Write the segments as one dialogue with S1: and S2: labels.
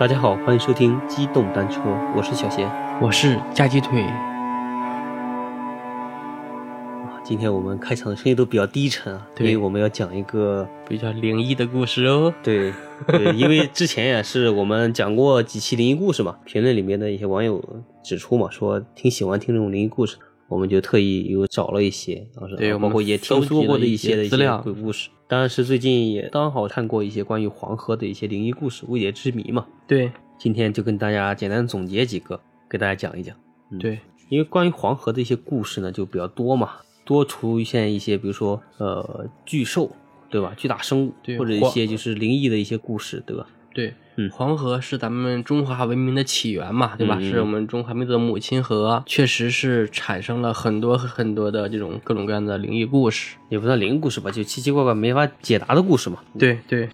S1: 大家好，欢迎收听《机动单车》，我是小贤。
S2: 我是炸鸡腿，
S1: 啊今天我们开场的声音都比较低沉啊，因
S2: 对
S1: 为我们要讲一个
S2: 比较灵异的故事哦。
S1: 对对， 因为之前也是我们讲过几期灵异故事嘛，评论里面的一些网友指出嘛，说挺喜欢听这种灵异故事，我们就特意又找了一些，然后
S2: 对我
S1: 包
S2: 们
S1: 括也听
S2: 搜集
S1: 说过
S2: 了
S1: 的
S2: 一
S1: 一些
S2: 些
S1: 的一
S2: 资
S1: 些
S2: 料
S1: 鬼故事。当然是最近也刚好看过一些关于黄河的一些灵异故事，未解之谜嘛。
S2: 对
S1: 今天就跟大家简单总结几个，给大家讲一讲。嗯
S2: 对，
S1: 因为关于黄河的一些故事呢，就比较多嘛，多出现一些，比如说呃巨兽，对吧？巨大生物，
S2: 对
S1: 或者一
S2: 黄
S1: 些就是灵异的一些故事，对吧？
S2: 对，
S1: 嗯
S2: 黄河是咱们中华文明的起源嘛，对吧？
S1: 嗯嗯
S2: 是我们中华民族的母亲河，确实是产生了很多很多的这种各种各样的灵异故事。
S1: 也不算灵异故事吧，就奇奇怪怪没法解答的故事嘛。
S2: 对对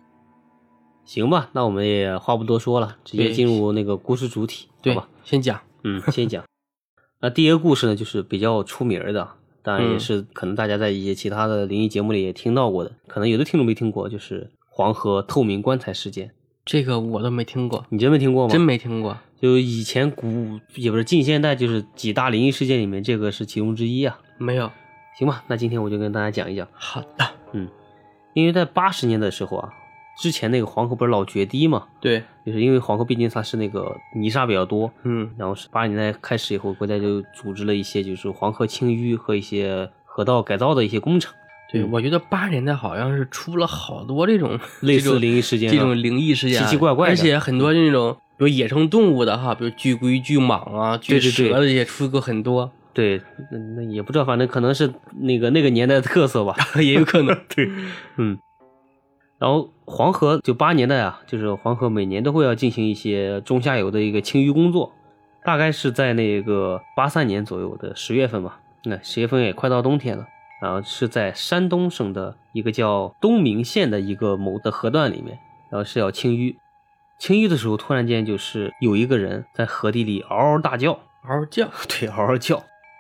S1: 行吧，那我们也话不多说了，直接
S2: 对
S1: 进入那个故事主体，好
S2: 对
S1: 吧？，
S2: 先讲，
S1: 嗯，先讲。 那第一个故事呢，就是比较出名儿的，当
S2: 嗯
S1: 然也是可能大家在一些其他的灵异节目里也听到过的，可能有的听众没听过，就是黄河透明棺材事件。
S2: 这个我都没听过，
S1: 你真没听过吗？
S2: 真没听过。
S1: 就以前古也不是近现代，就是几大灵异事件里面，这个是其中之一啊。
S2: 没有，
S1: 行吧，那今天我就跟大家讲一讲，
S2: 好的，
S1: 因为在八十年代的时候啊，之前那个黄河不是老决堤嘛，
S2: 对，
S1: 就是因为黄河毕竟它是那个泥沙比较多，
S2: 嗯，
S1: 然后是八十年代开始以后，国家就组织了一些就是黄河清淤和一些河道改造的一些工程，
S2: 对，
S1: 嗯
S2: 我觉得八十年代好像是出了好多这种
S1: 类似
S2: 这种
S1: 灵异事件啊
S2: 这种灵异事件啊，
S1: 奇奇怪怪的
S2: 而且很多那种比如野生动物的哈，比如巨龟、巨蟒啊、
S1: 对
S2: 巨
S1: 对对
S2: 蛇的也出过很多，
S1: 对，那那也不知道，反正可能是那个那个年代的特色吧。
S2: 也有 可能。
S1: 对，嗯。然后黄河九八年代啊，就是黄河每年都会要进行一些中下游的一个清淤工作，大概是在那个八三年左右的十月份吧。那十月份也快到冬天了，然后是在山东省的一个叫东明县的一个某的河段里面，然后是要清淤。清淤的时候，突然间就是有一个人在河堤里嗷嗷大叫，
S2: 嗷嗷叫，
S1: 对，嗷嗷叫，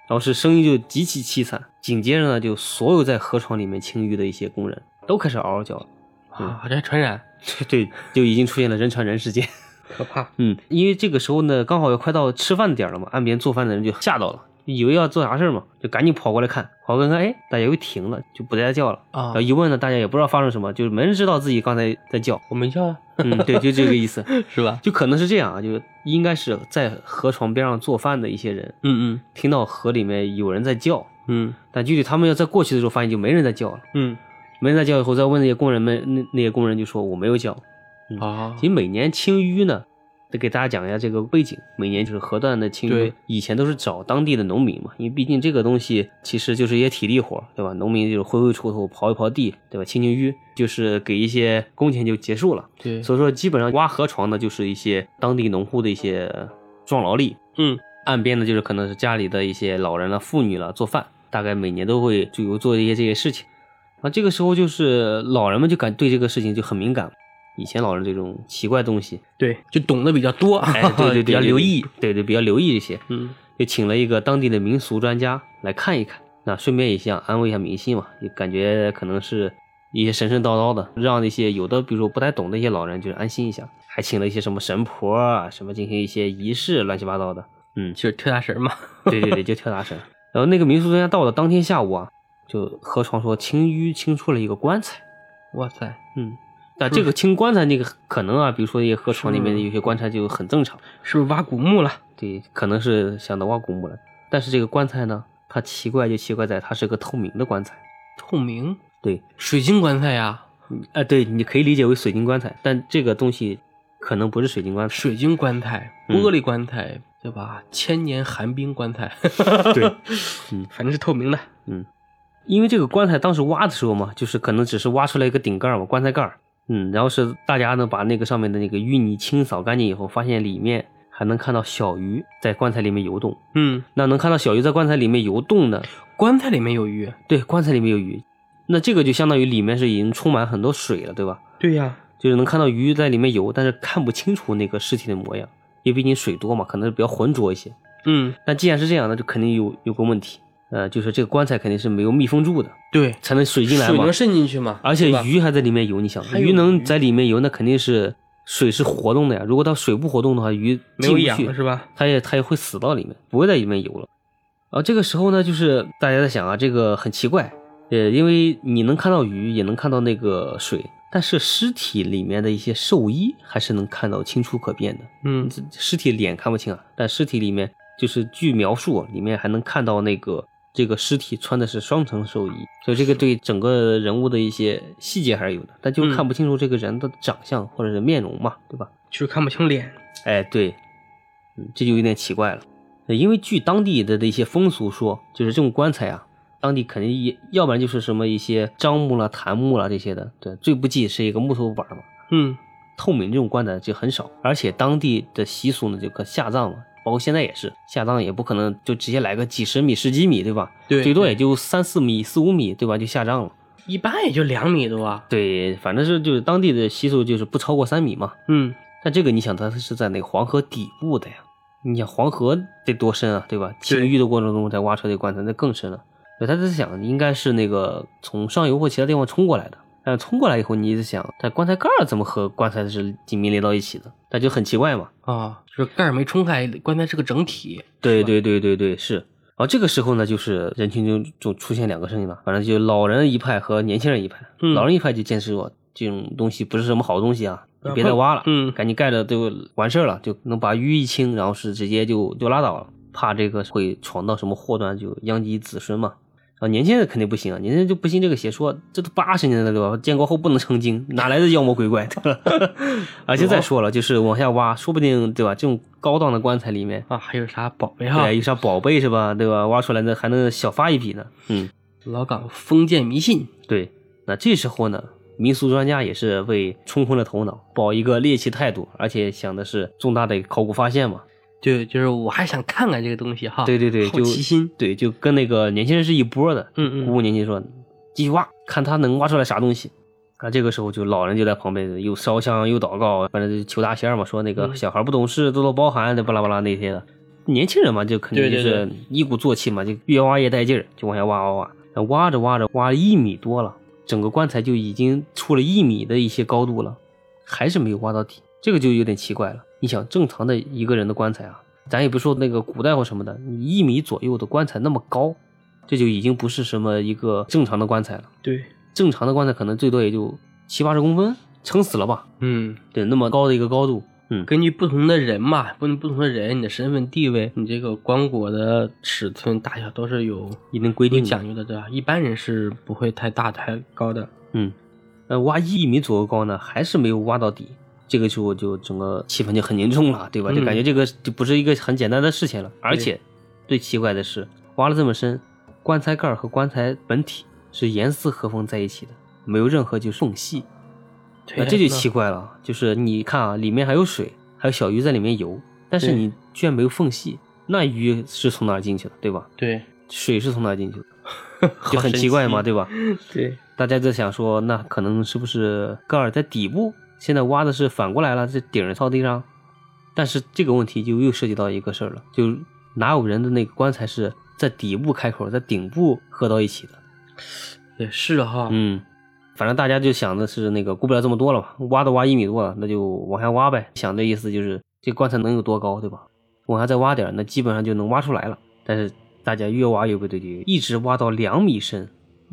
S1: 然后是声音就极其凄惨。紧接着呢，就所有在河床里面清淤的一些工人都开始嗷嗷叫了，
S2: 啊，这还传染，
S1: 对，就已经出现了人传人事件。
S2: 可怕。
S1: 嗯，因为这个时候呢，刚好也快到吃饭点了嘛，岸边做饭的人就吓到了，以为要做啥事儿嘛，就赶紧跑过来看，跑过来看，哎，大家又停了，就不再叫了。
S2: 啊
S1: 然后一问呢，大家也不知道发生什么，就是没人知道自己刚才在叫。
S2: 我没叫啊，
S1: 嗯，对，就这个意思，
S2: 是吧？
S1: 就可能 是这样啊，就应该是在河床边上做饭的一些人，
S2: 嗯
S1: 听到河里面有人在叫，
S2: 嗯嗯
S1: 但具体他们要再过去的时候，发现就没人在叫了。
S2: 嗯，
S1: 没人在叫以后，再问那些工人们，那那些工人就说我没有叫。嗯
S2: 啊
S1: 其，实每年清淤呢，得给大家讲一下这个背景。每年就是河段的清淤
S2: 对，
S1: 以前都是找当地的农民嘛，因为毕竟这个东西其实就是一些体力活，对吧？农民就是挥挥锄头、刨一刨地，对吧？清清淤就是给一些工钱就结束了。
S2: 对，
S1: 所以说，基本上挖河床的就是一些当地农户的一些壮劳力，
S2: 嗯
S1: 岸边呢，就是可能是家里的一些老人了、妇女了做饭，大概每年都会就有做一些这些事情。啊，这个时候就是老人们就感对这个事情就很敏感，以前老人对这种奇怪东 西，
S2: 对，就懂得比较多，
S1: 哎， 对对对，
S2: 比较
S1: 对
S2: 留意。，
S1: 对对，比较留意一些，
S2: 嗯，
S1: 就请了一个当地的民俗专家来看一看，那顺便也想安慰一下民心嘛，也感觉可能是一些神神叨叨的，让那些有的比如说不太懂的一些老人就是安心一下，还请了一些什么神婆啊，什么进行一些仪式，乱七八糟的， 嗯，
S2: 就是跳大神嘛。
S1: 对对对，就跳大神。然后那个民俗专家到了当天下午啊，就河床说清淤清出了一个棺材。
S2: 哇塞，
S1: 嗯，那这个清棺材那个可能啊，比如说一些河床里面的
S2: 是
S1: 有些棺材就很正常，
S2: 是不是挖古墓了？
S1: 对，可能是想到挖古墓了。但是这个棺材呢，它奇怪就奇怪在它是个透明的棺材。
S2: 透明
S1: 对，
S2: 水晶棺材呀，
S1: 嗯啊对，你可以理解为水晶棺材，但这个东西可能不是水晶棺材。
S2: 水晶棺材、
S1: 嗯
S2: 玻璃棺材，对吧？千年寒冰棺材，
S1: 对，
S2: 反正是透明的。
S1: 嗯，因为这个棺材当时挖的时候嘛，就是可能只是挖出来一个顶盖儿嘛，棺材盖儿。嗯，然后是大家呢把那个上面的那个淤泥清扫干净以后，发现里面还能看到小鱼在棺材里面游动。
S2: 嗯，
S1: 那能看到小鱼在棺材里面游动呢？
S2: 棺材里面有鱼。
S1: 对，棺材里面有鱼，那这个就相当于里面是已经充满很多水了，对吧？
S2: 对呀、
S1: 就是能看到鱼在里面游，但是看不清楚那个尸体的模样，因为毕竟水多嘛，可能是比较浑浊一些。
S2: 嗯，
S1: 那既然是这样，那就肯定有有个问题，呃，就是这个棺材肯定是没有密封住的，
S2: 对，
S1: 才能水进来嘛。
S2: 水能渗进去吗？
S1: 而且
S2: 对吧
S1: 鱼还在里面游，你想
S2: 还有
S1: 鱼能
S2: 鱼
S1: 在里面游，那肯定是水是活动的呀，如果它水不活动的话，鱼
S2: 没
S1: 进
S2: 有
S1: 不
S2: 氧
S1: 去
S2: 了是吧？
S1: 它也它也会死到里面，不会在里面游了。啊，这个时候呢，就是大家在想啊，这个很奇怪，呃，因为你能看到鱼，也能看到那个水，但是尸体里面的一些兽衣还是能看到清楚可辨的。
S2: 嗯，
S1: 这尸体脸看不清啊，但尸体里面就是据描述啊，里面还能看到那个这个尸体穿的是双层寿衣，所以这个对整个人物的一些细节还是有的，但就
S2: 嗯
S1: 看不清楚这个人的长相或者是面容嘛，对吧？
S2: 就是看不清脸。
S1: 哎，对，嗯，这就有点奇怪了，呃因为据当地的的一些风俗说，就是这种棺材啊，当地肯定也要不然就是什么一些樟木啦、檀木啦这些的，对，最不济是一个木头板嘛，
S2: 嗯，
S1: 透明这种棺材就很少，而且当地的习俗呢，就可下葬嘛，包括现在也是下葬，也不可能就直接来个几十米、十几米，对吧？
S2: 对
S1: 最多
S2: 对
S1: 也就三四米、四五米，对吧？就下葬了。
S2: 一般也就两米多啊。
S1: 对，反正是就是当地的习俗就是不超过三米嘛。
S2: 嗯，
S1: 但这个你想，它是在那个黄河底部的呀，你想黄河得多深啊，对吧？清淤的过程中再挖出这棺材，那更深了。对，他在想应该是那个从上游或其他地方冲过来的，但冲过来以后，你一直想，但棺材盖儿怎么和棺材是紧密连到一起的？那就很奇怪嘛。
S2: 啊，就是盖儿没冲开，棺材是个整体。
S1: 对
S2: 是吧
S1: 对对对对，是。然后这个时候呢，就是人群中就出现两个声音了，反正就老人一派和年轻人一派。
S2: 嗯
S1: 老人一派就坚持说这种东西不是什么好东西啊，你
S2: 啊
S1: 别再
S2: 不
S1: 挖了，
S2: 嗯
S1: 赶紧盖着就完事儿了，就能把淤一清，然后是直接就就拉倒了，怕这个会闯到什么祸端，就殃及子孙嘛。啊，年轻人肯定不行啊，年轻人就不信这个邪说，这都八十年代了对吧？建国后不能成精，哪来的妖魔鬼怪？ 对吧而且再说了，就是往下挖，说不定对吧？这种高档的棺材里面，
S2: 啊，还有啥宝贝哈？
S1: 对，有啊啥宝贝是吧？对吧？挖出来呢还能小发一笔呢。嗯，
S2: 老港封建迷信。
S1: 对。那这时候呢，民俗专家也是被冲昏了头脑，抱一个猎奇态度，而且想的是重大的考古发现嘛。
S2: 对，就是我还想看看这个东西哈。
S1: 对对对，
S2: 啊好
S1: 就
S2: 奇心。
S1: 对，就跟那个年轻人是一波的。
S2: 嗯
S1: 鼓
S2: 嗯，
S1: 舞年轻人说，继续挖，看他能挖出来啥东西。啊，这个时候就老人就在旁边又烧香又祷告，反正就求大仙儿嘛，说那个
S2: 嗯
S1: 小孩不懂事，多多包涵，巴拉巴拉那些的。年轻人嘛，就肯定
S2: 对
S1: 就
S2: 对
S1: 是一鼓作气嘛，就越挖越带劲儿，就往下挖挖挖，挖着挖着挖了一米多了，整个棺材就已经出了一米的一些高度了，还是没有挖到底，这个就有点奇怪了。你想，正常的一个人的棺材啊，咱也不说那个古代或什么的，你一米左右的棺材那么高，这就已经不是什么一个正常的棺材了。
S2: 对，
S1: 正常的棺材可能最多也就七八十公分，撑死了吧？
S2: 嗯，
S1: 对，那么高的一个高度，嗯，
S2: 根据不同的人嘛，不不同的人，你的身份地位，你这个棺椁的尺寸大小都是有
S1: 一定规
S2: 有
S1: 定的。
S2: 讲究的，对吧？一般人是不会太大太高的。
S1: 嗯，呃，挖一米左右高呢，还是没有挖到底，这个就就整个气氛就很凝重了，对吧？
S2: 嗯哎
S1: 就感觉这个就不是一个很简单的事情了。而且最奇怪的是，挖了这么深，棺材盖儿和棺材本体是严丝合缝在一起的，没有任何就是缝隙。那
S2: 对，
S1: 这就
S2: 哎那
S1: 奇怪了，就是你看啊，里面还有水，还有小鱼在里面游，但是
S2: 对
S1: 你居然没有缝隙，那鱼是从哪儿进去的，对吧？
S2: 对
S1: 水是从哪儿进去的，
S2: 好
S1: 就很
S2: 神
S1: 奇怪嘛，
S2: 奇
S1: 对吧？
S2: 对，
S1: 大家在想说，那可能是不是盖儿在底部？现在挖的是反过来了，这顶儿到地上。但是这个问题就又涉及到一个事儿了，就哪有人的那个棺材是在底部开口，在顶部合到一起的？
S2: 也是啊哈。
S1: 嗯，反正大家就想的是那个顾不了这么多了吧，挖都挖一米多了，那就往下挖呗。想的意思就是这棺材能有多高，对吧？往下再挖点儿，那基本上就能挖出来了。但是大家越挖越不对劲，一直挖到两米深，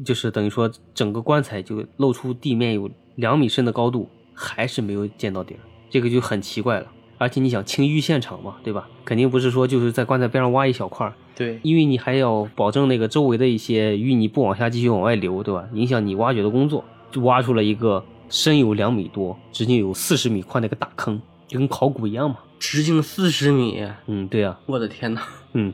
S1: 就是等于说整个棺材就露出地面有两米深的高度，还是没有见到底儿，这个就很奇怪了。而且你想清淤现场嘛，对吧？肯定不是说就是在棺材边上挖一小块儿，
S2: 对，
S1: 因为你还要保证那个周围的一些淤泥不往下继续往外流，对吧？影响你挖掘的工作，就挖出了一个深有两米多、直径有四十米宽的一个大坑，就跟考古一样嘛。
S2: 直径四十米，
S1: 嗯，对啊，
S2: 我的天呐，
S1: 嗯，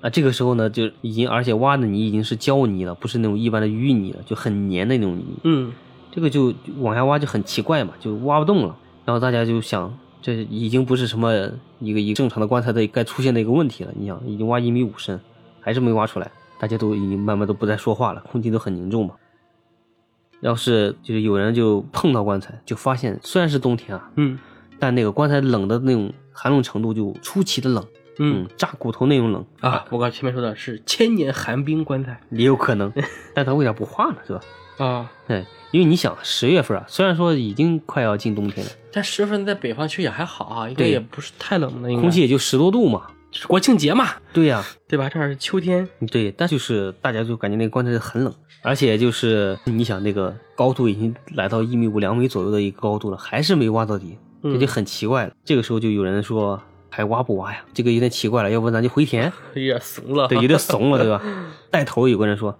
S1: 啊，这个时候呢，就已经而且挖的泥已经是胶泥了，不是那种一般的淤泥了，就很粘的那种泥。
S2: 嗯，
S1: 这个就往下挖就很奇怪嘛，就挖不动了。然后大家就想，这已经不是什么一个一个正常的棺材的该出现的一个问题了。你想，已经挖一米五深，还是没挖出来，大家都已经慢慢都不再说话了，空气都很凝重嘛。要是就是有人就碰到棺材，就发现虽然是冬天啊，
S2: 嗯
S1: 但那个棺材冷的那种寒冷程度就出奇的冷，
S2: 嗯
S1: 嗯，炸骨头那种冷
S2: 啊，我刚前面说的是千年寒冰棺材，
S1: 也有可能，但他为啥不画呢？是吧？
S2: 啊。
S1: 哎，因为你想十月份啊，虽然说已经快要进冬天了，
S2: 但十月份在北方其实也还好啊，应该
S1: 对
S2: 也不是太冷的，应该
S1: 空气也就十多度嘛。
S2: 就是国庆节嘛，
S1: 对呀、
S2: 对吧？这儿是秋天，
S1: 对，但就是大家就感觉那个棺材很冷，而且就是你想那个高度已经来到一米五、两米左右的一个高度了，还是没挖到底，
S2: 嗯
S1: 这就很奇怪了。这个时候就有人说还挖不挖呀？这个有点奇怪了，要不咱就回 填？
S2: 有点哎怂了。
S1: 对，有点怂了，对吧？带头有个人说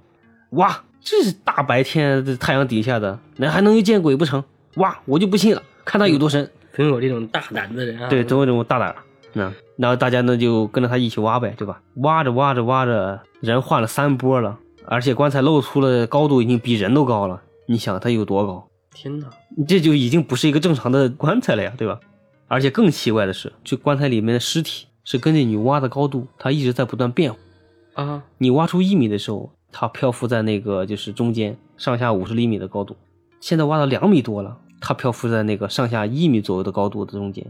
S1: 挖，这是大白天的太阳底下的，那还能见鬼不成？挖，我就不信了，看他有多深。
S2: 总有这种大胆的人啊。
S1: 对，总有这种大胆儿。那然后大家呢就跟着他一起挖呗，对吧？挖着挖着挖着，人换了三波了，而且棺材露出了高度已经比人都高了。你想它有多高？
S2: 天哪，
S1: 这就已经不是一个正常的棺材了呀，对吧？而且更奇怪的是，这棺材里面的尸体是根据你挖的高度，它一直在不断变化。
S2: 啊，
S1: 你挖出一米的时候，它漂浮在那个就是中间上下五十厘米的高度，现在挖到两米多了，它漂浮在那个上下一米左右的高度的中间，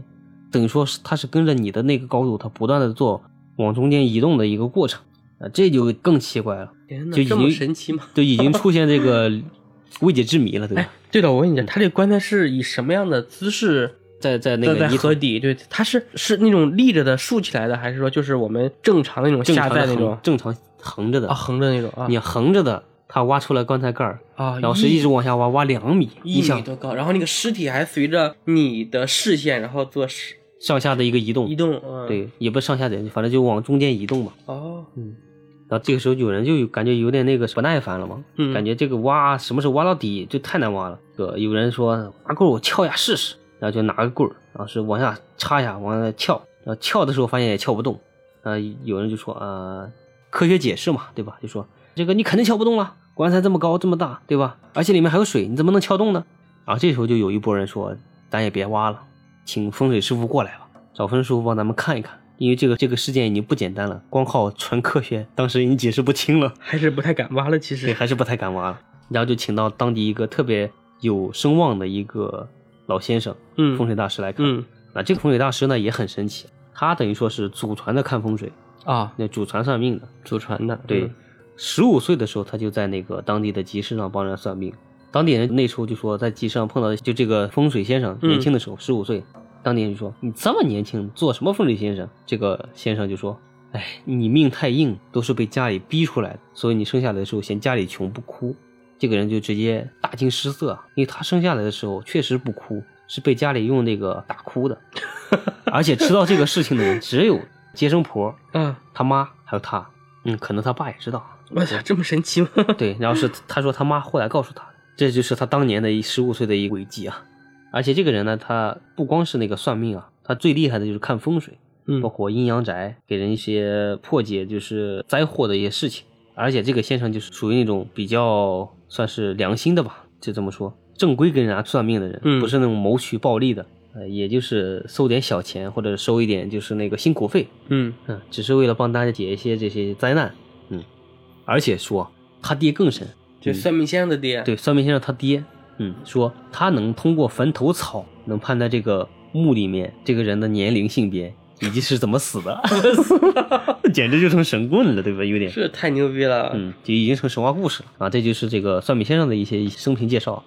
S1: 等于说是它是跟着你的那个高度，它不断的做往中间移动的一个过程啊，这就更奇怪了，
S2: 天哪，
S1: 就已
S2: 这么
S1: 经
S2: 神奇吗？
S1: 就已经出现这 个未解之谜了，对吧？
S2: 哎，对了，我问你，他这个棺材是以什么样的姿势
S1: 在在那
S2: 在在
S1: 个泥
S2: 河
S1: 土
S2: 底？对，它是是那种立着的、竖起来的，还是说就是我们正常那种
S1: 正
S2: 下
S1: 常
S2: 载
S1: 的
S2: 那种
S1: 横正常横着的
S2: 啊，，横着那种啊？
S1: 你横着的，它挖出来棺材盖儿，
S2: 啊，
S1: 然后是一直往下挖，挖两米，你
S2: 一米
S1: 想
S2: 多高，然后那个尸体还随着你的视线，然后做是
S1: 上下的一个移动
S2: 移，动，嗯，，
S1: 对，也不是上下点，反正就往中间移动嘛。
S2: 哦，
S1: 然后这个时候有人就有感觉有点那个不耐烦了嘛，
S2: 嗯
S1: 感觉这个挖什么时候挖到底就太难挖了。呃，有人说拿棍儿我撬一下试试，然后就拿个棍儿，然后是往下插一下，往下撬，然后撬的时候发现也撬不动。呃，有人就说呃，科学解释嘛，对吧？就说这个你肯定撬不动了，棺材这么高这么大，对吧？而且里面还有水，你怎么能撬动呢？然后这时候就有一拨人说，咱也别挖了，请风水师傅过来啊吧，找风水师傅帮咱们看一看，因为这个这个事件已经不简单了，光靠纯科学，当时已经解释不清了，
S2: 还是不太敢挖了，其
S1: 对，
S2: 实，
S1: 还是不太敢挖了。然后就请到当地一个特别有声望的一个老先生，
S2: 嗯
S1: 风水大师来看。
S2: 嗯
S1: 那这个风水大师呢也很神奇，他等于说是祖传的看风水，
S2: 啊，
S1: 那祖传算命的，
S2: 祖传的，
S1: 对，十五岁的时候，他就在那个当地的集市上帮人算命。当地人那时候就说，在集市上碰到就这个风水先生，
S2: 嗯
S1: 年轻的时候十五岁，当地人就说你这么年轻做什么风水先生？这个先生就说，哎，你命太硬，都是被家里逼出来的，所以你生下来的时候嫌家里穷不哭。这个人就直接大惊失色，啊因为他生下来的时候确实不哭，是被家里用那个打哭的，而且知道这个事情的人只有接生婆、
S2: 嗯啊，
S1: 他妈还有他，嗯，可能他爸也知道。
S2: 我操，这么神奇吗？
S1: 对，然后是他说他妈后来告诉他，这就是他当年的十五岁的一个轨迹啊。而且这个人呢，他不光是那个算命啊，他最厉害的就是看风水，
S2: 嗯
S1: 包括阴阳宅，给人一些破解就是灾祸的一些事情。而且这个先生就是属于那种比较算是良心的吧，就这么说，正规跟人家算命的人，
S2: 嗯
S1: 不是那种谋取暴利的，呃，也就是收点小钱或者收一点就是那个辛苦费，
S2: 嗯，
S1: 嗯，只是为了帮大家解一些这些灾难，嗯，而且说他爹更神，
S2: 就算命先生的爹，
S1: 对，算命先生他爹，嗯，说他能通过坟头草能判断这个墓里面这个人的年龄、性别以及是怎么死的， 简直就成神棍了，对吧？有 点，
S2: 这太牛逼了，
S1: 嗯，就已经成神话故事了啊！这就是这个算命先生的一些生平介绍。啊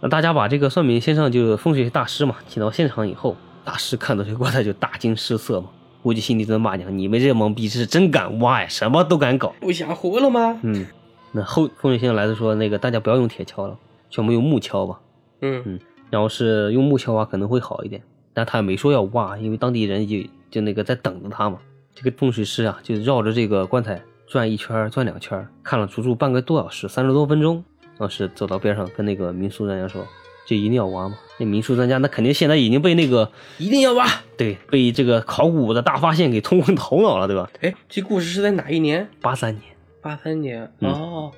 S1: 那大家把这个算命先生就是风水大师嘛，请到现场以后，大师看到这棺材就大惊失色嘛，估计心里在骂娘：“你们这帮逼是真敢挖呀，什么都敢搞。”
S2: 不想活了吗？
S1: 嗯，那后风水先生来的说，那个大家不要用铁锹了，全部用木锹吧。
S2: 嗯
S1: 然后是用木锹挖可能会好一点，但他也没说要挖，因为当地人就就那个在等着他嘛。这个风水师啊，就绕着这个棺材转一圈儿，转两圈儿，看了足足半个多小时，三十多分钟。当时走到边上，跟那个民俗专家说：“这一定要挖吗？”那民俗专家那肯定现在已经被那个
S2: 一定要挖。
S1: 对被这个考古的大发现给冲昏头脑了，对吧？
S2: 哎，这故事是在哪一年？
S1: 八三年
S2: 八三年。
S1: 嗯
S2: 哦，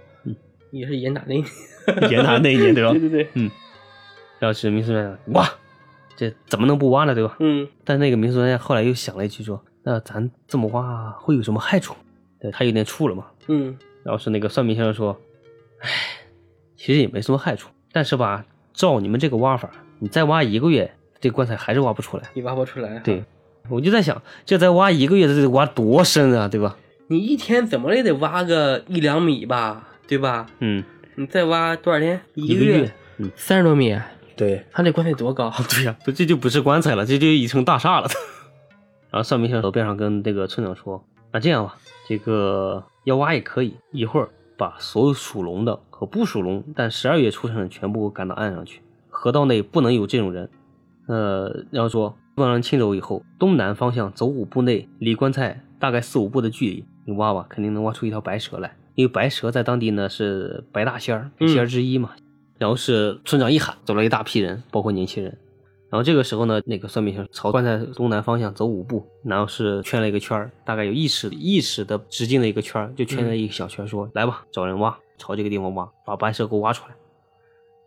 S2: 也是严打那 一年。
S1: 严打那一年，对吧
S2: 对？对对，
S1: 然后是民俗专家挖，这怎么能不挖呢，对吧？
S2: 嗯
S1: 但那个民俗专家后来又想了一句说：“那咱这么挖会有什么害处？”对他有点怵了嘛。
S2: 嗯
S1: 然后是那个算命先生说：“哎，其实也没什么害处，但是吧，照你们这个挖法，你再挖一个月，这棺材还是挖不出来。
S2: 你挖不出来。
S1: 对，我就在想，这再挖一个月，这得挖多深啊，对吧？
S2: 你一天怎么也得挖个一两米吧，对吧？
S1: 嗯，
S2: 你再挖多少天？一
S1: 个
S2: 个
S1: 月，嗯，
S2: 三十多米，
S1: 对，
S2: 它那棺材多高？
S1: 对呀、这就不是棺材了，这就一层大厦了。 然后算命小走边上跟那个村长说：“那这样吧，这个要挖也可以，一会儿把所有属龙的和不属龙但十二月出生的全部赶到岸上去，河道内不能有这种人。”呃，然后说放人清走以后，东南方向走五步内，离棺材大概四五步的距离，你挖吧，肯定能挖出一条白蛇来，因为白蛇在当地呢是白大仙儿
S2: 嗯
S1: 仙儿之一嘛。然后是村长一喊，走了一大批人，包括年轻人。然后这个时候呢，那个算命先生朝棺材东南方向走五步，然后是圈了一个圈儿，大概有一尺一尺的直径的一个圈儿，就圈
S2: 嗯
S1: 了一个小圈儿说，来吧，找人挖，朝这个地方挖，把白蛇给我挖出来。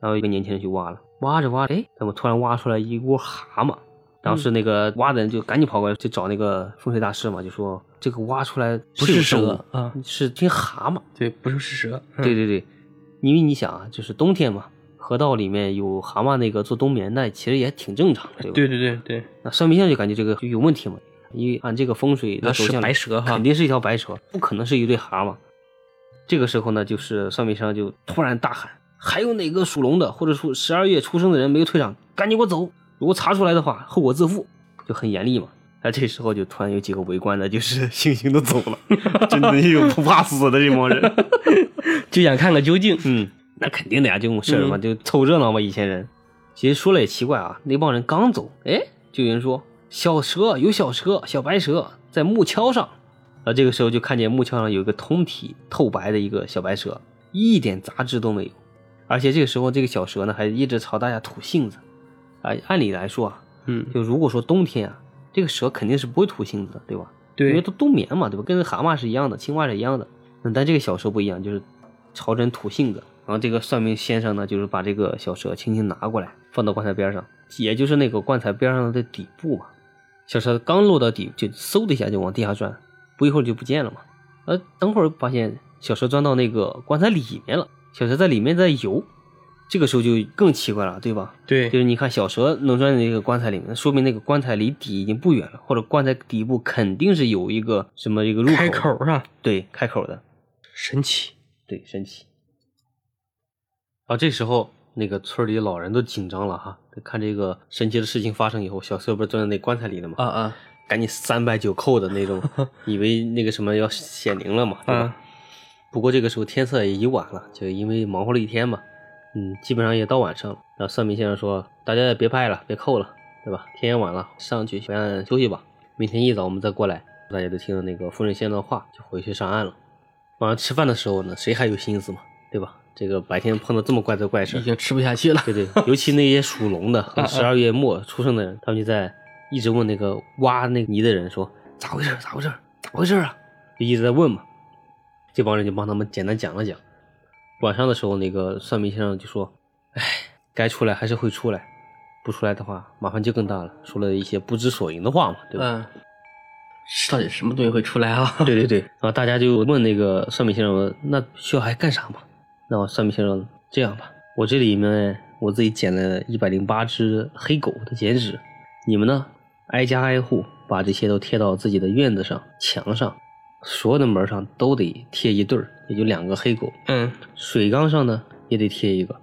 S1: 然后一个年轻人去挖了， 挖着挖着，哎，怎么突然挖出来一窝蛤蟆？然后
S2: 嗯
S1: 是那个挖的人就赶紧跑过来，就找那个风水大师嘛，就说这个挖出来
S2: 不
S1: 有
S2: 是
S1: 生
S2: 蛇
S1: 物
S2: 啊
S1: 是只蛤蟆。
S2: 对，不是是蛇。
S1: 对对对，因为你想啊，就是冬天嘛，河道里面有蛤蟆那个做冬眠，那其实也挺正常的，对吧？
S2: 嗯对对对对，
S1: 那算命先生就感觉这个就有问题嘛，因为按这个风水的
S2: 那
S1: 走
S2: 是
S1: 向，
S2: 白蛇哈
S1: 肯定是一条白蛇，不可能是一对蛤蟆。这个时候呢，就是算命先生就突然大喊：“还有哪个属龙的，或者说十二月出生的人没有退场，赶紧给我走！如果查出来的话，后果自负。”就很严厉嘛。那这时候就突然有几个围观的，就是 悻悻的走了，真的有不怕死的这帮人。
S2: 就想看个究竟。
S1: 嗯，那肯定的呀，这种事儿嘛，就凑热闹嘛。以前人，其实说来也奇怪啊，那帮人刚走，哎，就有人说小蛇有小蛇，小白蛇在木橇上。啊，这个时候就看见木橇上有一个通体透白的一个小白蛇，一点杂质都没有，而且这个时候这个小蛇呢还一直朝大家吐信子。啊，按理来说啊，
S2: 嗯，
S1: 就如果说冬天啊，这个蛇肯定是不会吐信子的，对吧？因为
S2: 对
S1: 都冬眠嘛，对吧？跟蛤蟆是一样的，青蛙是一样的。嗯，但这个小蛇不一样，就是朝人吐信子。然后这个算命先生呢，就是把这个小蛇轻轻拿过来，放到棺材边上，也就是那个棺材边上的底部嘛。小蛇刚落到底，就嗖的一下就往地下钻，不一会儿就不见了嘛。呃，等会儿发现小蛇钻到那个棺材里面了，小蛇在里面在游。这个时候就更奇怪了，对吧？就
S2: 对
S1: 是你看小蛇能钻进那个棺材里面，说明那个棺材离底已经不远了，或者棺材底部肯定是有一个什么一个入口，
S2: 开口啊，
S1: 对开口的，
S2: 神奇。
S1: 对神奇。啊，这时候那个村里老人都紧张了哈，看这个神奇的事情发生以后，小蛇不是钻到那棺材里了吗？
S2: 啊啊
S1: 赶紧三拜九叩的那 种，以为那个什么要显灵了嘛，对吧？
S2: 啊！
S1: 不过这个时候天色也已晚了，就因为忙活了一天嘛，嗯，基本上也到晚上了。然后算命先生说：“大家也别拜了，别叩了，对吧？天也晚了，上去回岸休息吧。明天一早我们再过来。”大家都听了那个风水先生的话，就回去上岸了。晚上吃饭的时候呢，谁还有心思嘛，对吧？这个白天碰到这么怪的怪事
S2: 已
S1: 儿，
S2: 经吃不下去了。
S1: 对对，尤其那些属龙的和十二月末出生的人，他们就在一直问那个挖那个泥的人说咋回事儿？咋回事儿？咋回事儿啊？就一直在问嘛。这帮人就帮他们简单讲了讲。晚上的时候，那个算命先生就说：“哎，该出来还是会出来，不出来的话麻烦就更大了。”说了一些不知所云的话嘛，对吧？
S2: 嗯，是到底什么东西会出来啊？
S1: 对对对，然后大家就问那个算命先生，那需要还干啥吗？那算命先生这样吧，我这里面我自己捡了一百零八只黑狗的剪纸，你们呢挨家挨户把这些都贴到自己的院子上、墙上，所有的门上都得贴一对儿，也就两个黑狗，
S2: 嗯，
S1: 水缸上呢也得贴一个。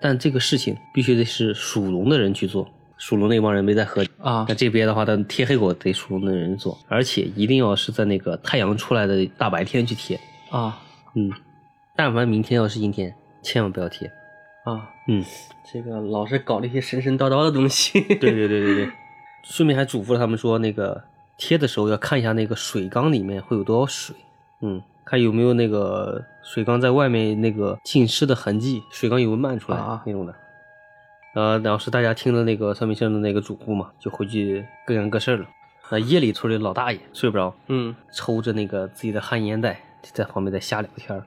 S1: 但这个事情必须得是属龙的人去做，属龙那帮人没在河里。
S2: 啊
S1: 那，这边的话，他贴黑狗得属龙的人做，而且一定要是在那个太阳出来的大白天去贴。
S2: 啊
S1: 嗯，但凡明天要是阴天，千万不要贴。
S2: 啊！
S1: 嗯，
S2: 这个老是搞那些神神叨叨的东西。
S1: 对对对对对。顺便还嘱咐了他们说，那个贴的时候要看一下那个水缸里面会有多少水，嗯，看有没有那个水缸在外面那个浸湿的痕迹，水缸有没有漫出来、
S2: 啊
S1: 那种的。呃，然后是大家听了那个算命先生的那个嘱咐嘛，就回去各干各事儿了。那夜里村里老大爷睡不着，
S2: 嗯
S1: 抽着那个自己的旱烟袋，就在旁边在瞎聊天儿。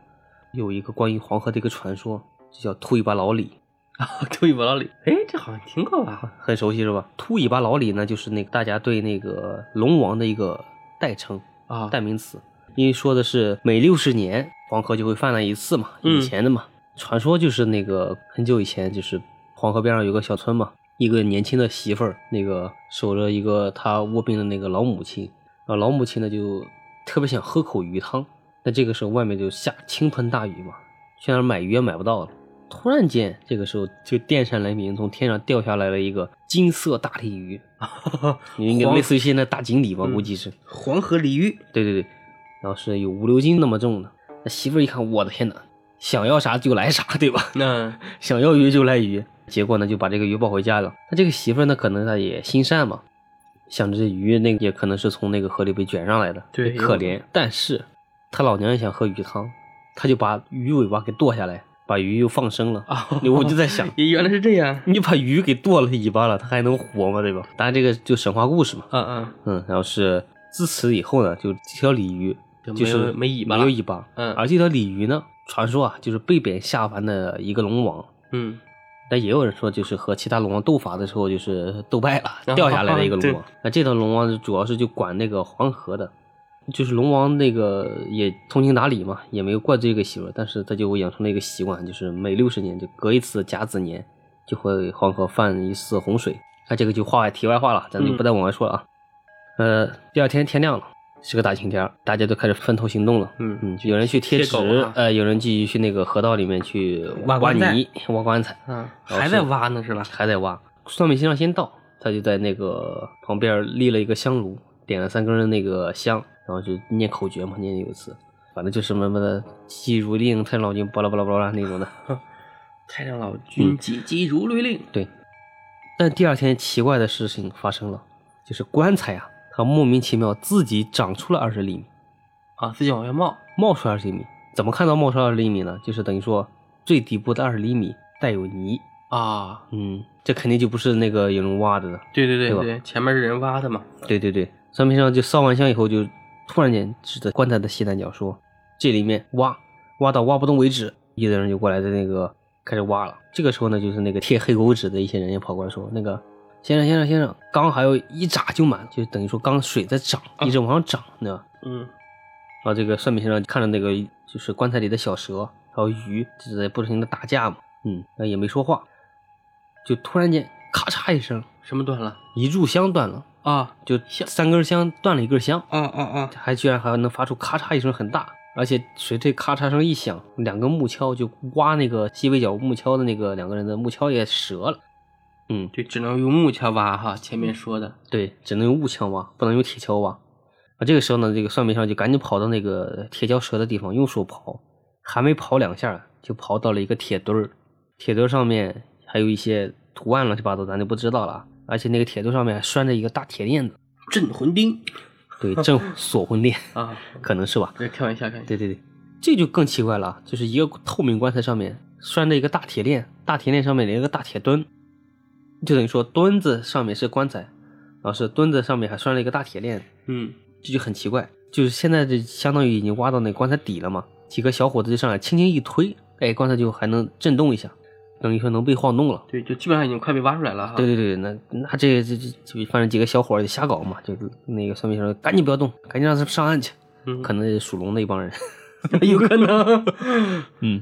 S1: 有一个关于黄河的一个传说，就叫秃尾巴老李，
S2: 啊，对不老李，哎，这好像听过吧？
S1: 很熟悉是吧？秃尾巴老李呢，就是那个大家对那个龙王的一个代称、
S2: 啊，
S1: 代名词，因为说的是每六十年黄河就会泛滥一次嘛，
S2: 嗯
S1: 以前的嘛。传说就是那个很久以前，就是黄河边上有个小村嘛，一个年轻的媳妇儿，那个守着一个她卧病的那个老母亲，啊，老母亲呢就特别想喝口鱼汤，那这个时候外面就下倾盆大雨嘛，去那儿买鱼也买不到了。突然间，这个时候就电闪雷鸣，从天上掉下来了一个金色大鲤鱼，啊应该类似于现在大锦鲤吧，
S2: 嗯
S1: 估计是。
S2: 黄河鲤鱼，
S1: 对对对，然后是有五六斤那么重的。那媳妇儿一看，我的天哪，想要啥就来啥，对吧？
S2: 那
S1: 想要鱼就来鱼。结果呢，就把这个鱼抱回家了。那这个媳妇儿呢，可能她也心善嘛，想着这鱼那个也可能是从那个河里被卷上来的，
S2: 对
S1: 可怜。但是她老娘也想喝鱼汤，她就把鱼尾巴给剁下来，把鱼又放生了。
S2: 啊，
S1: 我就在想，
S2: 也原来是这样，
S1: 你把鱼给剁了尾巴了，它还能活吗？对吧？当然这个就神话故事嘛。
S2: 啊啊，
S1: 嗯，然后是自此以后呢，就这条鲤鱼
S2: 就没
S1: 就
S2: 有
S1: 是
S2: 没尾巴
S1: 没有
S2: 了
S1: 尾巴。
S2: 嗯
S1: 而这条鲤鱼呢，传说啊，就是被贬下凡的一个龙王。
S2: 嗯，
S1: 但也有人说，就是和其他龙王斗法的时候，就是斗败了，
S2: 啊
S1: 掉下来的一个龙
S2: 对
S1: 王。那这条龙王主要是就管那个黄河的，就是龙王那个也通情达理嘛，也没有怪罪这个媳妇儿，但是他就养成了一个习惯，就是每六十年就隔一次甲子年，就会黄河泛一次洪水。那这个就话外题外话了，
S2: 嗯
S1: 咱就不再往外说了啊。呃，第二天天亮了，是个大晴天儿，大家都开始分头行动了。
S2: 嗯
S1: 嗯，就有人去贴
S2: 贴
S1: 纸，
S2: 狗啊
S1: 呃，有人去去那个河道里面去
S2: 挖
S1: 挖
S2: 棺材
S1: 泥、挖棺材。
S2: 啊，
S1: 然后
S2: 还在
S1: 是
S2: 挖呢是吧？
S1: 还在挖。算命先生先到，他就在那个旁边立了一个香炉，点了三根那个香，然后就念口诀嘛，念有一次，反正就是什么什么的，记如令，太上老君，巴拉巴拉巴拉那种的。
S2: 太上老君
S1: 嗯
S2: 急急如律令，
S1: 对，但第二天奇怪的事情发生了，就是棺材啊，它莫名其妙自己长出了二十厘米，
S2: 啊，自己往外冒，
S1: 冒出二十厘米。怎么看到冒出二十厘米呢？就是等于说最底部的二十厘米带有泥，
S2: 啊，
S1: 嗯，这肯定就不是那个有人挖的了。
S2: 对对对
S1: 对吧
S2: 对，前面是人挖的嘛，
S1: 对对对，算命先生就烧完香以后，就突然间指着棺材的西南角说：“这里面挖，挖到挖不动为止。”一堆人就过来，在那个开始挖了。这个时候呢，就是那个贴黑狗纸的一些人也跑过来说：“那个先生，先生，先生，缸还有一拃就满，就等于说缸水在涨，一直往上涨，对吧？”
S2: 嗯，
S1: 然后这个算命先生看着那个就是棺材里的小蛇还有鱼，就是在不停的打架嘛，嗯，那也没说话，就突然间咔嚓一声，
S2: 什么断了？
S1: 一炷香断了。
S2: 啊
S1: 就三根香断了一根香，
S2: 啊啊啊！
S1: 还居然还能发出咔嚓一声很大，而且随这咔嚓声一响，两根木锹就挖那个西北角木锹的那个两个人的木锹也折了。嗯，
S2: 就只能用木锹挖哈，前面说的，
S1: 对，只能用木锹挖，不能用铁锹挖。啊，这个时候呢，这个算命上就赶紧跑到那个铁锹折的地方，用手刨，还没刨两下，就刨到了一个铁墩儿，铁墩儿上面还有一些图案乱七八糟，咱就不知道了啊。而且那个铁墩上面还拴着一个大铁链子，
S2: 镇魂钉
S1: 对，镇 锁魂链，
S2: 啊，
S1: 可能是吧。
S2: 这开玩笑，开玩笑，
S1: 对对对，这就更奇怪了，就是一个透明棺材上面拴着一个大铁链，大铁链上面连一个大铁墩，就等于说墩子上面是棺材，然后是墩子上面还拴了一个大铁链，
S2: 嗯，
S1: 这就很奇怪。就是现在这相当于已经挖到那棺材底了嘛，几个小伙子就上来轻轻一推，哎，棺材就还能震动一下，等于说能被晃动了。
S2: 对，就基本上已经快被挖出来了哈。
S1: 对对对，那那这这这这，反正几个小伙儿就瞎搞嘛，就那个算命先生说赶紧不要动，赶紧让他上岸去，
S2: 嗯，
S1: 可能是属龙的一帮人。
S2: 有可 能，
S1: 嗯，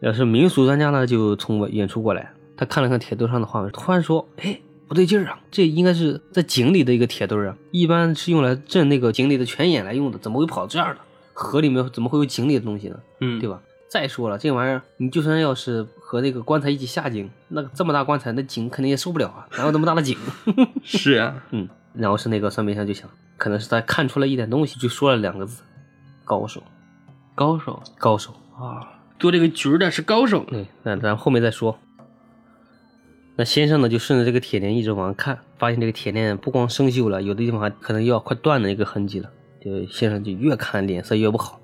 S1: 要是民俗专家呢，就从远处过来，他看了看铁墩上的画面，突然说：“哎，不对劲儿啊，这应该是在井里的一个铁墩儿啊，一般是用来镇那个井里的泉眼来用的，怎么会跑这儿呢？河里面怎么会有井里的东西呢？
S2: 嗯，
S1: 对？吧？再说了，这玩意儿你就算要是和那个棺材一起下井，那个这么大棺材，那井肯定也受不了啊，哪有那么大的井？”
S2: 是啊，
S1: 嗯，然后是那个算命先生就想，可能是他看出了一点东西，就说了两个字：高手，
S2: 高手
S1: 高手。
S2: 啊，做这个局儿的是高手，
S1: 对，嗯那咱后面再说。那先生呢，就顺着这个铁链一直往上看，发现这个铁链不光生锈了，有的地方还可能要快断的一个痕迹了。就先生就越看脸色越不好。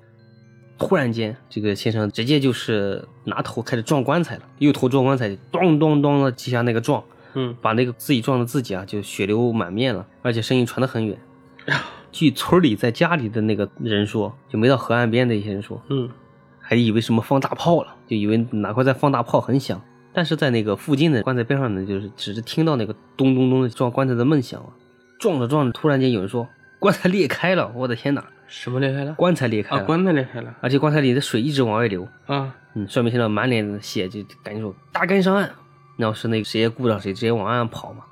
S1: 突然间，这个先生直接就是拿头开始撞棺材了，右头撞棺材，咚咚咚的几下那个撞，
S2: 嗯，
S1: 把那个自己撞的自己啊，就血流满面了，而且声音传得很远。据村里在家里的那个人说，就没到河岸边的一些人说，
S2: 嗯，
S1: 还以为什么放大炮了，就以为哪块在放大炮很响。但是在那个附近的棺材边上呢，就是只是听到那个咚咚咚的撞棺材的闷响啊，撞着撞着，突然间有人说棺材裂开了，我的天哪，
S2: 什么厉害了？
S1: 棺材裂开
S2: 啊，
S1: 了，
S2: 棺材厉害了
S1: 而且棺材里的水一直往外流。
S2: 啊，
S1: 嗯，算命先生满脸的血，就赶紧说大家赶紧上岸。然后是那个谁也顾不上谁，直接往岸上跑嘛。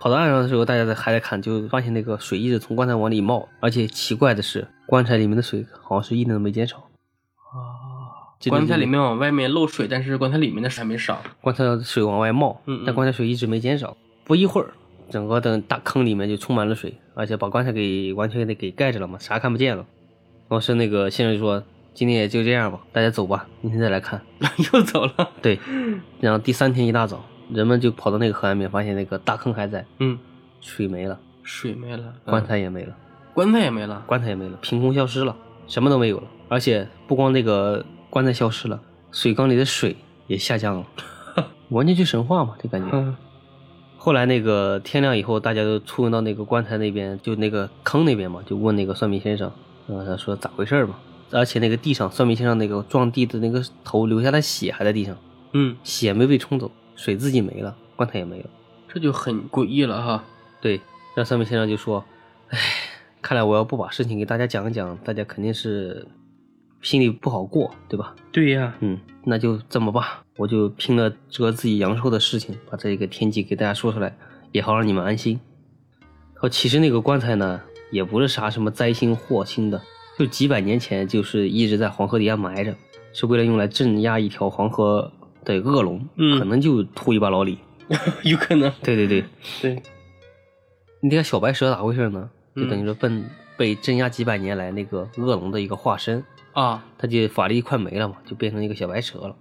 S1: 跑到岸上的时候，大家在还在看，就发现那个水一直从棺材往里冒，而且奇怪的是，棺材里面的水好像是一点都没减少。
S2: 啊，
S1: 这
S2: 棺材里面往外面漏水，但是棺材里面的水还没少。
S1: 棺材水往外冒，
S2: 嗯嗯
S1: 但棺材水一直没减少。不一会儿，整个的大坑里面就充满了水，而且把棺材给完全给给盖着了嘛，啥看不见了。然后是那个先生说：“今天也就这样吧，大家走吧，明天再来看。
S2: 又走了”，
S1: 对，然后第三天一大早，人们就跑到那个河岸边，发现那个大坑还在，
S2: 嗯，
S1: 水没了，
S2: 水没了，
S1: 棺
S2: 嗯
S1: 材也没了，
S2: 棺材也没了，
S1: 棺材也没了，凭空消失了，什么都没有了。而且不光那个棺材消失了，水缸里的水也下降 了，完全就神话嘛，这感觉。
S2: 嗯
S1: 后来那个天亮以后，大家都簇拥到那个棺材那边，就那个坑那边嘛，就问那个算命先生，然后他说咋回事儿嘛。而且那个地上，算命先生那个撞地的那个头留下的血还在地上，
S2: 嗯，
S1: 血没被冲走，水自己没了，棺材也没了。
S2: 这就很诡异了哈。
S1: 对，那算命先生就说：“哎，看来我要不把事情给大家讲一讲，大家肯定是心里不好过，对吧？
S2: 对呀、
S1: 嗯，那就这么吧，我就拼了这个自己阳寿的事情，把这个天机给大家说出来，也好让你们安心。哦，其实那个棺材呢，也不是啥什么灾星祸星的，就几百年前就是一直在黄河底下埋着，是为了用来镇压一条黄河的恶龙，
S2: 嗯
S1: 可能就秃一把老李。
S2: 有可能。
S1: 对对对，
S2: 对，
S1: 你这个小白蛇咋回事呢？就
S2: 嗯
S1: 等于说被被镇压几百年来那个恶龙的一个化身。
S2: 啊，
S1: 他就法力快没了嘛，就变成一个小白蛇了。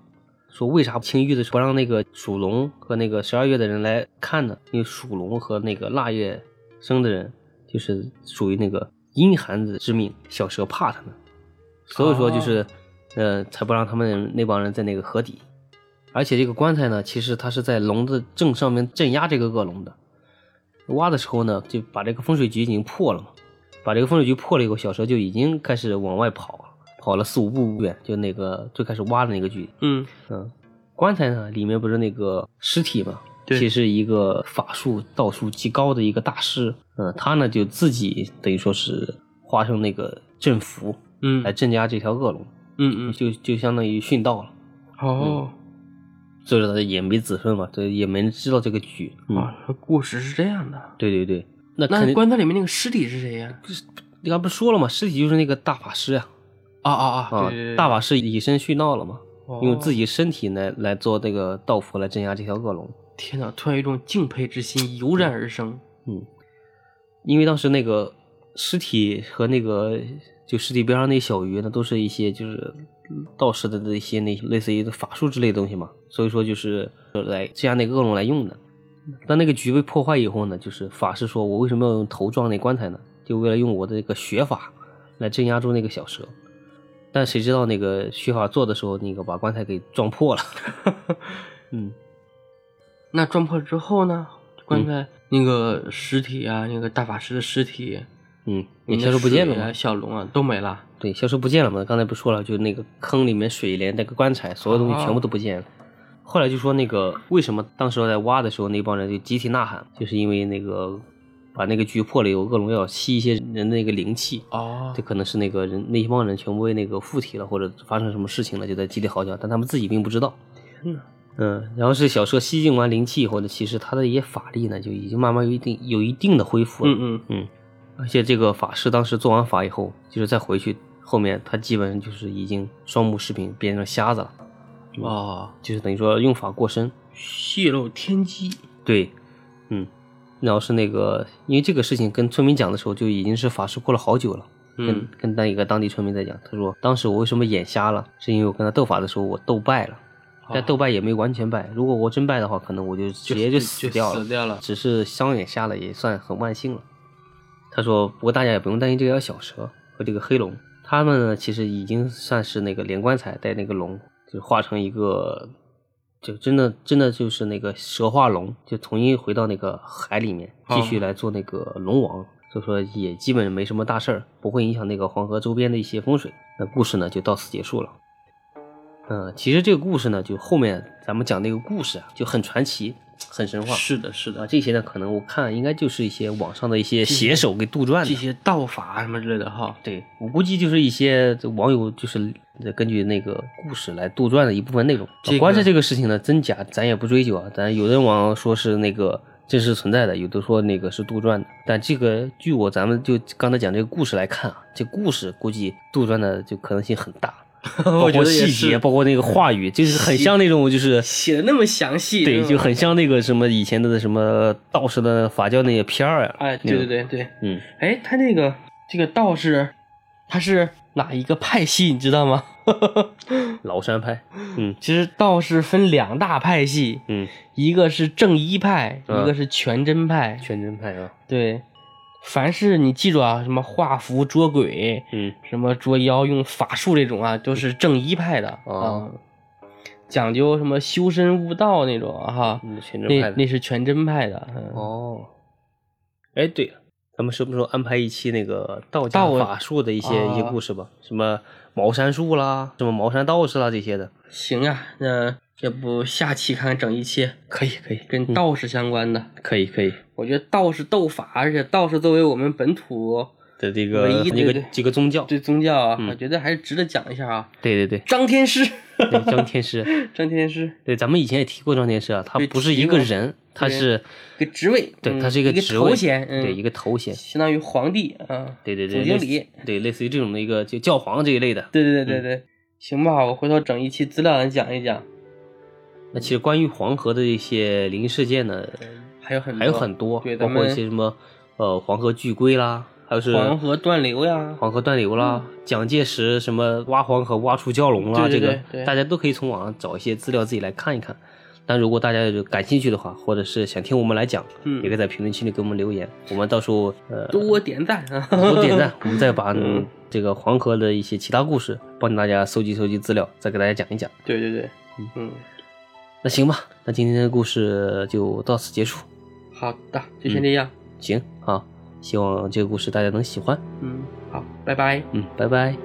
S1: 说为啥清玉的时候不让那个属龙和那个十二月的人来看呢？因为属龙和那个腊月生的人就是属于那个阴寒子之命，小蛇怕他们，所以说就是，呃，才不让他们那帮人在那个河底。而且这个棺材呢，其实它是在龙的正上面镇压这个恶龙的。挖的时候呢，就把这个风水局已经破了嘛，把这个风水局破了以后，小蛇就已经开始往外跑了，跑了四五步远，就那个最开始挖的那个距离。
S2: 嗯，
S1: 嗯，棺材呢，里面不是那个尸体嘛，
S2: 对
S1: 其实一个法术道术极高的一个大师，嗯，他呢就自己等于说是化成那个阵符
S2: 嗯
S1: 来镇压这条恶龙，
S2: 嗯嗯，
S1: 就就相当于殉道了。
S2: 哦，
S1: 所以说他也没子孙嘛，这也没人知道这个局。嗯，
S2: 啊，故事是这样的。
S1: 对对对，那肯
S2: 那
S1: 定
S2: 棺材里面那个尸体是谁呀？
S1: 你刚不是说了嘛，尸体就是那个大法师呀、
S2: 啊啊
S1: 啊，
S2: 对对对，
S1: 大法师以身殉道了嘛，
S2: 哦
S1: 用自己身体来来做这个道符来镇压这条恶龙。
S2: 天哪，突然有一种敬佩之心油然而生。
S1: 嗯，因为当时那个尸体和那个就尸体边上那小鱼呢，都是一些就是道士的一些那类似于的法术之类的东西嘛，所以说就是来镇压那个恶龙来用的。当那个局被破坏以后呢，就是法师说：“我为什么要用头撞那棺材呢？就为了用我的这个血法来镇压住那个小蛇。”但谁知道那个血法做的时候，那个把棺材给撞破了。 嗯，
S2: 那撞破之后呢？棺材那个尸体啊，那个大法师的尸体，
S1: 嗯，也消失不见了
S2: 你的
S1: 嘛
S2: 水啊，。小龙啊都没了。
S1: 对，消失不见了嘛？刚才不说了，就那个坑里面水连那个棺材，所有东西
S2: 哦
S1: 全部都不见了。后来就说那个为什么当时在挖的时候那帮人就集体呐喊，就是因为那个把那个局破了以后，恶龙要吸一些人的那个灵气，
S2: 哦
S1: 这可能是那个人那一帮人全部被那个附体了，或者发生什么事情了，就在集体嚎叫，但他们自己并不知道。
S2: 嗯
S1: 嗯，然后是小蛇吸进完灵气以后呢，其实他的一些法力呢就已经慢慢有一定有一定的恢复了。
S2: 嗯嗯，
S1: 嗯，而且这个法师当时做完法以后，就是再回去后面，他基本上就是已经双目失明，变成瞎子了，
S2: 哦，
S1: 就是等于说用法过深。
S2: 泄露天机。
S1: 对，嗯，然后是那个，因为这个事情跟村民讲的时候，就已经是法师过了好久了。跟
S2: 嗯
S1: 跟那一个当地村民在讲，他说当时我为什么眼瞎了，是因为我跟他斗法的时候我斗败了，但斗败也没完全败。如果我真败的话，可能我就直接
S2: 哦就
S1: 死掉了。
S2: 死掉了。
S1: 只是伤眼瞎了，也算很万幸了。他说，不过大家也不用担心这条小蛇和这个黑龙，他们呢其实已经算是那个连棺材带那个龙，就化成一个，就真的真的就是那个蛇化龙，就重新回到那个海里面，继续
S2: 哦
S1: 来做那个龙王。所以说也基本没什么大事儿，不会影响那个黄河周边的一些风水。那故事呢就到此结束了。嗯，其实这个故事呢，就后面咱们讲那个故事啊，就很传奇，很神话。
S2: 是的，是
S1: 啊，
S2: 的，
S1: 这些呢，可能我看应该就是一些网上的一些写手给杜撰
S2: 这
S1: 的。
S2: 些道法啊什么之类的 哈。
S1: 对我估计就是一些网友就是根据那个故事来杜撰的一部分内容。
S2: 这个
S1: 关键这个事情呢，真假咱也不追究啊。咱有的网友说是那个真实存在的，有的说那个是杜撰的。但这个据我咱们就刚才讲这个故事来看啊，这故事估计杜撰的就可能性很大。包
S2: 我觉
S1: 括
S2: 得也
S1: 细
S2: 是
S1: 节，包括那个话语，就是很像那种就是
S2: 写的那么详细，
S1: 对，
S2: 嗯
S1: 就很像那个什么以前的什么道士的法教那些片儿呀。
S2: 哎，对对对对，
S1: 嗯，
S2: 哎，他那个这个道士，他是哪一个派系，你知道吗？
S1: 崂山派，嗯
S2: 其实道士分两大派系，
S1: 嗯，
S2: 一个是正一派，
S1: 嗯
S2: 一个是全真派。
S1: 全真派啊，
S2: 对，凡是你记住啊，什么画符捉鬼，
S1: 嗯
S2: 什么捉妖用法术这种啊，都是正一派的啊
S1: 哦，
S2: 讲究什么修身悟道那种啊哈。
S1: 嗯，全真
S2: 那
S1: 派的
S2: 那是全真派的，嗯
S1: 哦。哎，对了，咱们什么时候安排一期那个道家
S2: 道
S1: 法术的一些一些
S2: 啊
S1: 故事吧？什么茅山术啦，什么茅山道士啦这些的。
S2: 行啊，那要不下期看看整一期，
S1: 可以可以
S2: 跟道士相关的。
S1: 可以可以
S2: 我觉得道士斗法，而且道士作为我们本土
S1: 的这个
S2: 唯一
S1: 那
S2: 对
S1: 个
S2: 对
S1: 几个宗教，
S2: 对宗教啊，
S1: 嗯
S2: 我觉得还是值得讲一下啊。
S1: 对对对
S2: 张天师，
S1: 对，张天师，
S2: 张天师
S1: 对，咱们以前也提过张天师啊，他
S2: 对
S1: 不是
S2: 提
S1: 一个
S2: 过
S1: 人，他
S2: 对
S1: 是
S2: 一个职位，
S1: 对，
S2: 嗯
S1: 他是
S2: 一
S1: 个
S2: 个
S1: 职位
S2: 头衔，嗯
S1: 对一个头衔，
S2: 相当于皇帝啊，
S1: 对对对，
S2: 总经
S1: 类似
S2: 理，
S1: 对，类似于这种的一个就教皇这一类的。
S2: 对对对对对，行吧，我回头整一期资料来讲一讲，
S1: 那其实关于黄河的一些灵异事件呢，
S2: 还有很
S1: 还有很多，
S2: 对，
S1: 包
S2: 咱
S1: 括
S2: 们
S1: 一些什么呃黄河巨龟啦，还有是
S2: 黄河断流呀，
S1: 黄河断流啦，蒋介石什么挖黄河挖出蛟龙啦，
S2: 对对对
S1: 这个
S2: 对
S1: 大家都可以从网上找一些资料自己来看一看。但如果大家有感兴趣的话，或者是想听我们来讲，
S2: 嗯
S1: 也可以在评论区里给我们留言，我们到时候呃
S2: 多点赞啊，
S1: 多点 赞，我们再把
S2: 嗯
S1: 这个黄河的一些其他故事帮大家搜集搜集资料，再给大家讲一讲。
S2: 对对对，嗯，
S1: 那行吧，那今天的故事就到此结束。
S2: 好的，
S1: 嗯
S2: 就先这样，
S1: 行啊，希望这个故事大家能喜欢。
S2: 嗯，好，拜拜。
S1: 嗯，拜拜。